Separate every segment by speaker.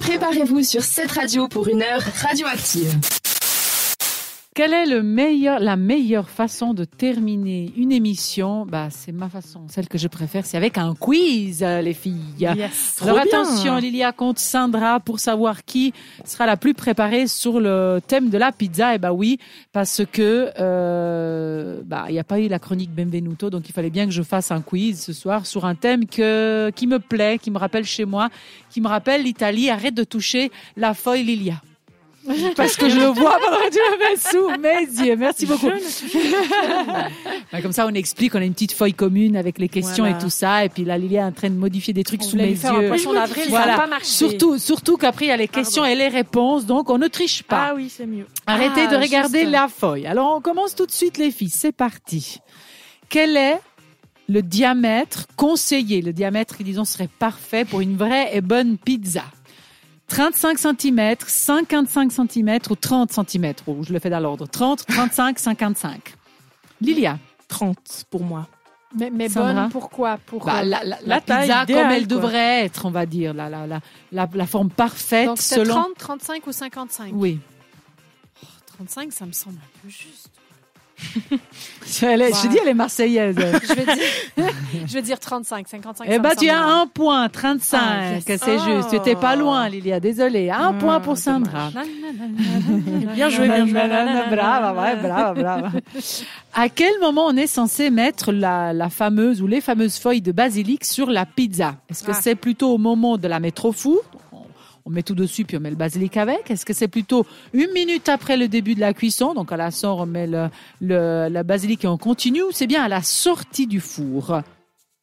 Speaker 1: Préparez-vous sur cette radio pour une heure radioactive.
Speaker 2: Quelle est le meilleur, la meilleure façon de terminer une émission Bah, c'est ma façon, celle que je préfère, c'est avec un quiz, euh, les filles.
Speaker 3: Yes.
Speaker 2: Alors
Speaker 3: Trop bien.
Speaker 2: attention, Lilia compte Sandra pour savoir qui sera la plus préparée sur le thème de la pizza. Et bah oui, parce que euh, bah il n'y a pas eu la chronique Benvenuto, donc il fallait bien que je fasse un quiz ce soir sur un thème que qui me plaît, qui me rappelle chez moi, qui me rappelle l'Italie. Arrête de toucher la feuille, Lilia. Parce que je le vois pendant que tu la mets sous mes yeux. Merci beaucoup. Bah, comme ça, on explique, on a une petite feuille commune avec les questions
Speaker 3: Voilà.
Speaker 2: et tout ça. Et puis là, Lilia est en train de modifier des trucs
Speaker 3: On
Speaker 2: sous
Speaker 3: voulait
Speaker 2: mes
Speaker 3: lui faire un
Speaker 2: yeux.
Speaker 3: poisson d'avril, ça
Speaker 2: Voilà.
Speaker 3: n'a pas marché.
Speaker 2: Surtout, surtout qu'après, il y a les
Speaker 3: Pardon.
Speaker 2: questions et les réponses, donc on ne triche pas.
Speaker 3: Ah oui, c'est mieux.
Speaker 2: Arrêtez de
Speaker 3: Ah,
Speaker 2: regarder
Speaker 3: juste.
Speaker 2: la feuille. Alors, on commence tout de suite, les filles. C'est parti. Quel est le diamètre conseillé Le diamètre qui, disons, serait parfait pour une vraie et bonne pizza 35 cm, 55 cm ou 30 cm Ou je le fais dans l'ordre. 30, 35, 55. Lilia,
Speaker 3: 30 pour moi.
Speaker 4: Mais, mais
Speaker 2: Sandra
Speaker 4: bonne, pourquoi Pour
Speaker 2: bah,
Speaker 4: euh,
Speaker 2: la, la-
Speaker 3: la
Speaker 2: la
Speaker 3: taille
Speaker 2: pizza
Speaker 3: idéale,
Speaker 2: comme elle
Speaker 3: quoi.
Speaker 2: devrait être, on va dire. La, la, la, la, la forme parfaite
Speaker 4: donc c'est
Speaker 2: selon...
Speaker 4: 30, 35 ou 55
Speaker 2: Oui.
Speaker 4: 35, ça me semble un peu juste.
Speaker 2: Elle est- Je te
Speaker 4: Voilà.
Speaker 2: dis, elle est marseillaise. elle.
Speaker 4: Je vais dire, je vais dire 35, 55.
Speaker 2: Eh
Speaker 4: ça me
Speaker 2: ben, tu as
Speaker 4: semble-
Speaker 2: un point, 35.
Speaker 4: Ah, yes. Oh.
Speaker 2: C'est juste. Tu étais pas loin, Lilia. Désolée. Un
Speaker 3: Ah,
Speaker 2: point pour
Speaker 3: dommage.
Speaker 2: Sandra. hein.
Speaker 3: Bien joué, bien joué.
Speaker 2: Bravo, ouais, bah. bravo, bravo. À quel moment on est censé mettre la, la fameuse ou les fameuses feuilles de basilic sur la pizza Est-ce que
Speaker 4: Ah.
Speaker 2: c'est plutôt au moment de la mettre au four on, on met tout dessus puis on met le basilic avec. Est-ce que c'est plutôt une minute après le début de la cuisson Donc à la sorte, on met le, le, la basilic et on continue. Ou c'est bien à la sortie du four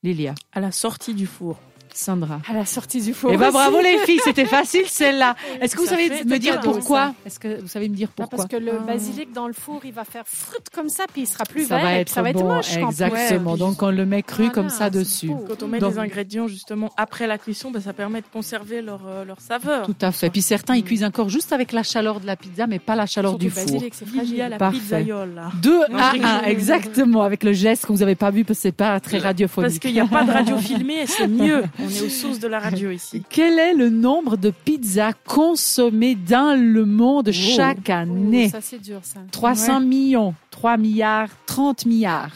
Speaker 2: Lilia,
Speaker 3: À la sortie du four.
Speaker 2: Sandra.
Speaker 4: À la sortie du four.
Speaker 2: Eh ben
Speaker 4: aussi.
Speaker 2: bravo les filles, c'était facile celle-là. Est-ce que vous
Speaker 3: Ça
Speaker 2: savez
Speaker 3: fait
Speaker 2: me dire
Speaker 3: cadeau,
Speaker 2: pourquoi Est-ce que vous savez me dire
Speaker 4: Ah,
Speaker 2: pourquoi
Speaker 4: Parce que le
Speaker 3: Ah.
Speaker 4: basilic dans le four, il va faire frut comme ça, puis il sera plus
Speaker 2: Ça
Speaker 4: vert.
Speaker 2: va
Speaker 4: et
Speaker 2: être
Speaker 4: puis ça va être
Speaker 2: bon,
Speaker 4: moche.
Speaker 2: exactement. Donc on le met cru comme ça dessus.
Speaker 3: Quand on met
Speaker 2: Donc-
Speaker 3: des ingrédients justement après la cuisson, bah, ça permet de conserver leur, euh, leur saveur.
Speaker 2: Tout à fait. Puis certains ils
Speaker 3: Mm.
Speaker 2: cuisent encore juste avec la chaleur de la pizza, mais pas la chaleur du four.
Speaker 4: basilic, c'est
Speaker 3: Il y a
Speaker 4: fragile.
Speaker 3: la
Speaker 2: Parfait.
Speaker 3: pizzaïole là.
Speaker 2: 2
Speaker 3: Non, je rigole.
Speaker 2: à 1, exactement, avec le geste que vous n'avez pas vu parce que c'est pas très
Speaker 3: Parce
Speaker 2: radiophonique.
Speaker 3: qu'il n'y a pas de radio filmée et c'est mieux. On est aux sources de la radio ici.
Speaker 2: Quel est le nombre de pizzas consommées dans le monde chaque année
Speaker 4: Ouh, Oh, Ça, c'est dur, ça.
Speaker 2: 300 millions, 3 milliards, 30 milliards.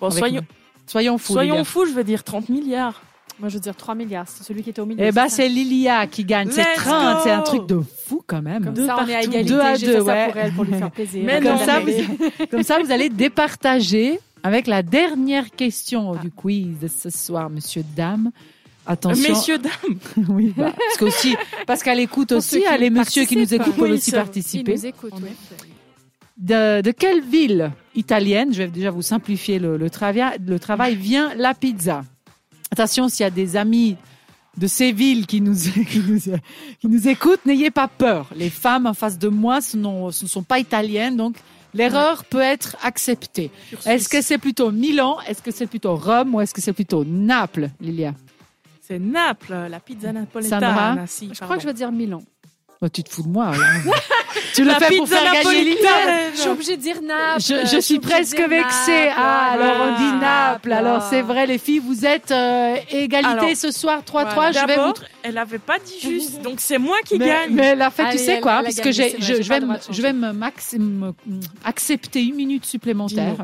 Speaker 3: Bon,
Speaker 2: Avec-
Speaker 3: soyons
Speaker 2: Soyons fous. les gars.
Speaker 3: soyons fous, je veux dire 30 milliards.
Speaker 4: Moi, je veux dire 3 milliards. C'est celui qui était au milieu.
Speaker 2: Eh ben,
Speaker 4: ça
Speaker 2: c'est Lilia qui gagne. C'est
Speaker 3: Let's
Speaker 2: 30. C'est un
Speaker 3: go
Speaker 2: truc de fou quand même.
Speaker 4: Comme
Speaker 3: deux
Speaker 4: ça, on est à
Speaker 3: partout.
Speaker 4: égalité.
Speaker 2: Deux à
Speaker 4: J'ai
Speaker 2: deux,
Speaker 4: fait ça
Speaker 2: ouais.
Speaker 4: pour elle, pour lui faire plaisir.
Speaker 3: Mais
Speaker 2: Comme
Speaker 3: non,
Speaker 2: ça,
Speaker 3: mais-
Speaker 2: Comme ça, vous allez départager avec la dernière question du quiz de ce soir, monsieur, dame. Attention.
Speaker 3: Messieurs, dames,
Speaker 2: Oui, bah, parce qu'aussi, parce qu'elle écoute aussi,
Speaker 4: ceux qui
Speaker 2: hein, les messieurs qui nous
Speaker 4: participent.
Speaker 2: écoutent peuvent
Speaker 3: Oui,
Speaker 2: aussi
Speaker 3: ça-
Speaker 4: Ils
Speaker 2: participer.
Speaker 4: nous écoutent.
Speaker 3: On
Speaker 4: ouais.
Speaker 2: De, de quelle ville italienne, je vais déjà vous simplifier le, le, travail, le travail, vient la pizza Attention, s'il y a des amis de ces villes qui nous, qui nous, qui nous écoutent, n'ayez pas peur. Les femmes en face de moi ce n'ont- ce ne sont pas italiennes, donc l'erreur peut être acceptée. Est-ce que c'est plutôt Milan Est-ce que c'est plutôt Rome Ou est-ce que c'est plutôt Naples, Lilia
Speaker 3: c'est Naples, la pizza
Speaker 2: Sandra
Speaker 3: napoletana. Si,
Speaker 4: Je crois que je vais dire Milan.
Speaker 2: Oh, Tu te fous de moi là. Tu le
Speaker 3: La
Speaker 2: fais pour
Speaker 3: pizza
Speaker 2: faire gagner
Speaker 3: napolitaine.
Speaker 2: l'Italie
Speaker 4: Je suis obligée de dire Naples.
Speaker 2: Je, je suis
Speaker 4: obligée de
Speaker 2: presque
Speaker 4: dire
Speaker 2: vexée.
Speaker 4: Naples.
Speaker 2: Ah,
Speaker 4: Voilà. Ah.
Speaker 2: alors on dit Naples. Alors c'est vrai, les filles, vous êtes euh, égalité
Speaker 3: Alors,
Speaker 2: ce soir 3-3.
Speaker 3: Voilà.
Speaker 2: Je vais vous.
Speaker 3: D'abord, elle avait pas dit juste, donc c'est moi qui
Speaker 2: mais,
Speaker 3: gagne.
Speaker 2: mais la fête, tu
Speaker 4: Allez,
Speaker 2: sais
Speaker 4: elle-
Speaker 2: quoi, hein,
Speaker 4: elle a
Speaker 2: parce que
Speaker 4: gagné,
Speaker 2: j'ai-
Speaker 4: c'est vrai,
Speaker 2: je,
Speaker 4: j'ai
Speaker 2: je
Speaker 4: pas
Speaker 2: vais
Speaker 4: le droit
Speaker 2: me,
Speaker 4: de
Speaker 2: je vais me maxi- me- accepter une minute supplémentaire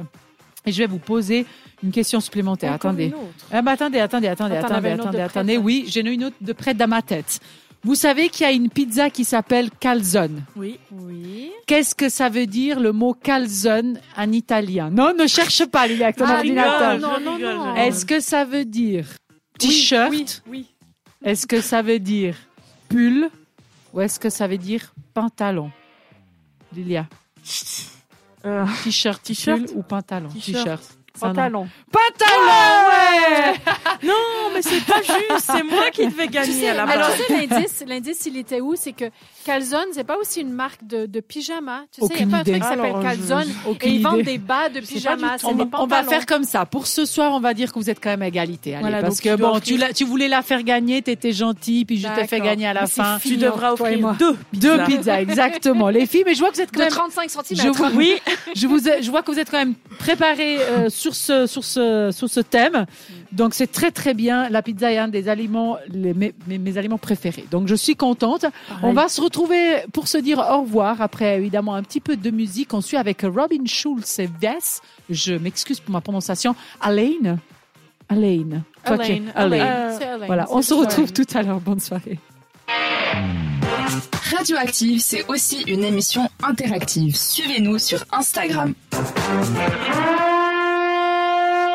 Speaker 2: et je vais vous poser une question supplémentaire.
Speaker 4: Encore
Speaker 2: Attendez.
Speaker 4: une autre.
Speaker 2: Ah bah, attendez, attendez, attendez,
Speaker 4: Attends, on
Speaker 2: attendez,
Speaker 4: avait une autre
Speaker 2: attendez,
Speaker 4: de près,
Speaker 2: attendez.
Speaker 4: ça.
Speaker 2: Oui, j'ai une autre de près dans ma tête. Vous savez qu'il y a une pizza qui s'appelle calzone.
Speaker 3: Oui.
Speaker 4: Oui.
Speaker 2: Qu'est-ce que ça veut dire le mot calzone en italien Non, ne cherche pas, Lily, avec ton
Speaker 4: Ah,
Speaker 2: ordinateur.
Speaker 4: non, non, non, non.
Speaker 2: Est-ce que ça veut dire t-shirt
Speaker 3: Oui, oui.
Speaker 2: Est-ce que ça veut dire pull Ou est-ce que ça veut dire pantalon Lilia,
Speaker 3: Euh,
Speaker 2: t-shirt,
Speaker 3: T-shirt
Speaker 2: pull ou pantalon
Speaker 3: T-shirt.
Speaker 2: Sandra.
Speaker 3: pantalon.
Speaker 2: Pantalon, ouais
Speaker 3: Non, mais c'est pas juste, c'est moi qui devais
Speaker 4: Tu
Speaker 3: gagner
Speaker 4: sais,
Speaker 3: à la
Speaker 4: alors,
Speaker 3: base.
Speaker 4: tu sais, l'indice, l'indice, il était où? C'est que Calzone, c'est pas aussi une marque de, de pyjama. Tu sais, il y a
Speaker 2: Aucune
Speaker 4: pas
Speaker 2: idée.
Speaker 4: un truc qui
Speaker 3: Alors,
Speaker 4: s'appelle
Speaker 3: je-
Speaker 4: Calzone
Speaker 2: Aucune
Speaker 4: et ils vendent
Speaker 2: idée.
Speaker 4: des bas de
Speaker 3: Je sais pas du
Speaker 4: pyjama.
Speaker 3: tout.
Speaker 4: c'est
Speaker 2: On
Speaker 4: des
Speaker 2: va, on va
Speaker 4: pantalons.
Speaker 2: faire comme ça. Pour ce soir, on va dire que vous êtes quand même à égalité. Allez,
Speaker 3: Voilà,
Speaker 2: parce
Speaker 3: donc
Speaker 2: que
Speaker 3: tu dois
Speaker 2: bon,
Speaker 3: offrir-
Speaker 2: tu, l'as- tu voulais la faire gagner, t'étais gentille, puis je t'ai fait
Speaker 4: D'accord.
Speaker 2: gagner à la
Speaker 4: Mais c'est
Speaker 2: fin.
Speaker 3: Tu devras
Speaker 4: toi et
Speaker 3: offrir
Speaker 4: moi.
Speaker 3: deux
Speaker 2: Deux pizzas, exactement. Les filles, mais je vois que vous êtes quand
Speaker 4: De
Speaker 2: même
Speaker 4: 35 cm.
Speaker 2: Je vous-
Speaker 3: Oui,
Speaker 2: Je, vous ai- je vois que vous êtes quand même préparés euh, sur ce, sur ce, sur ce thème. Donc c'est très très bien. La pizza est un des aliments, les- mes, mes- mes aliments préférés. Donc je suis contente. On va se retrouver pour se dire au revoir après évidemment un petit peu de musique. On suit avec Robin Schulz et Vess. Je m'excuse pour ma prononciation. Alain. Alain. Toi qui-
Speaker 3: Alain,
Speaker 2: Alain.
Speaker 3: Alain.
Speaker 4: Euh, C'est Alain,
Speaker 2: Voilà,
Speaker 4: c'est
Speaker 2: on se
Speaker 4: Alain.
Speaker 2: retrouve tout à l'heure. Bonne soirée.
Speaker 1: Radioactive, c'est aussi une émission interactive. Suivez-nous sur Instagram.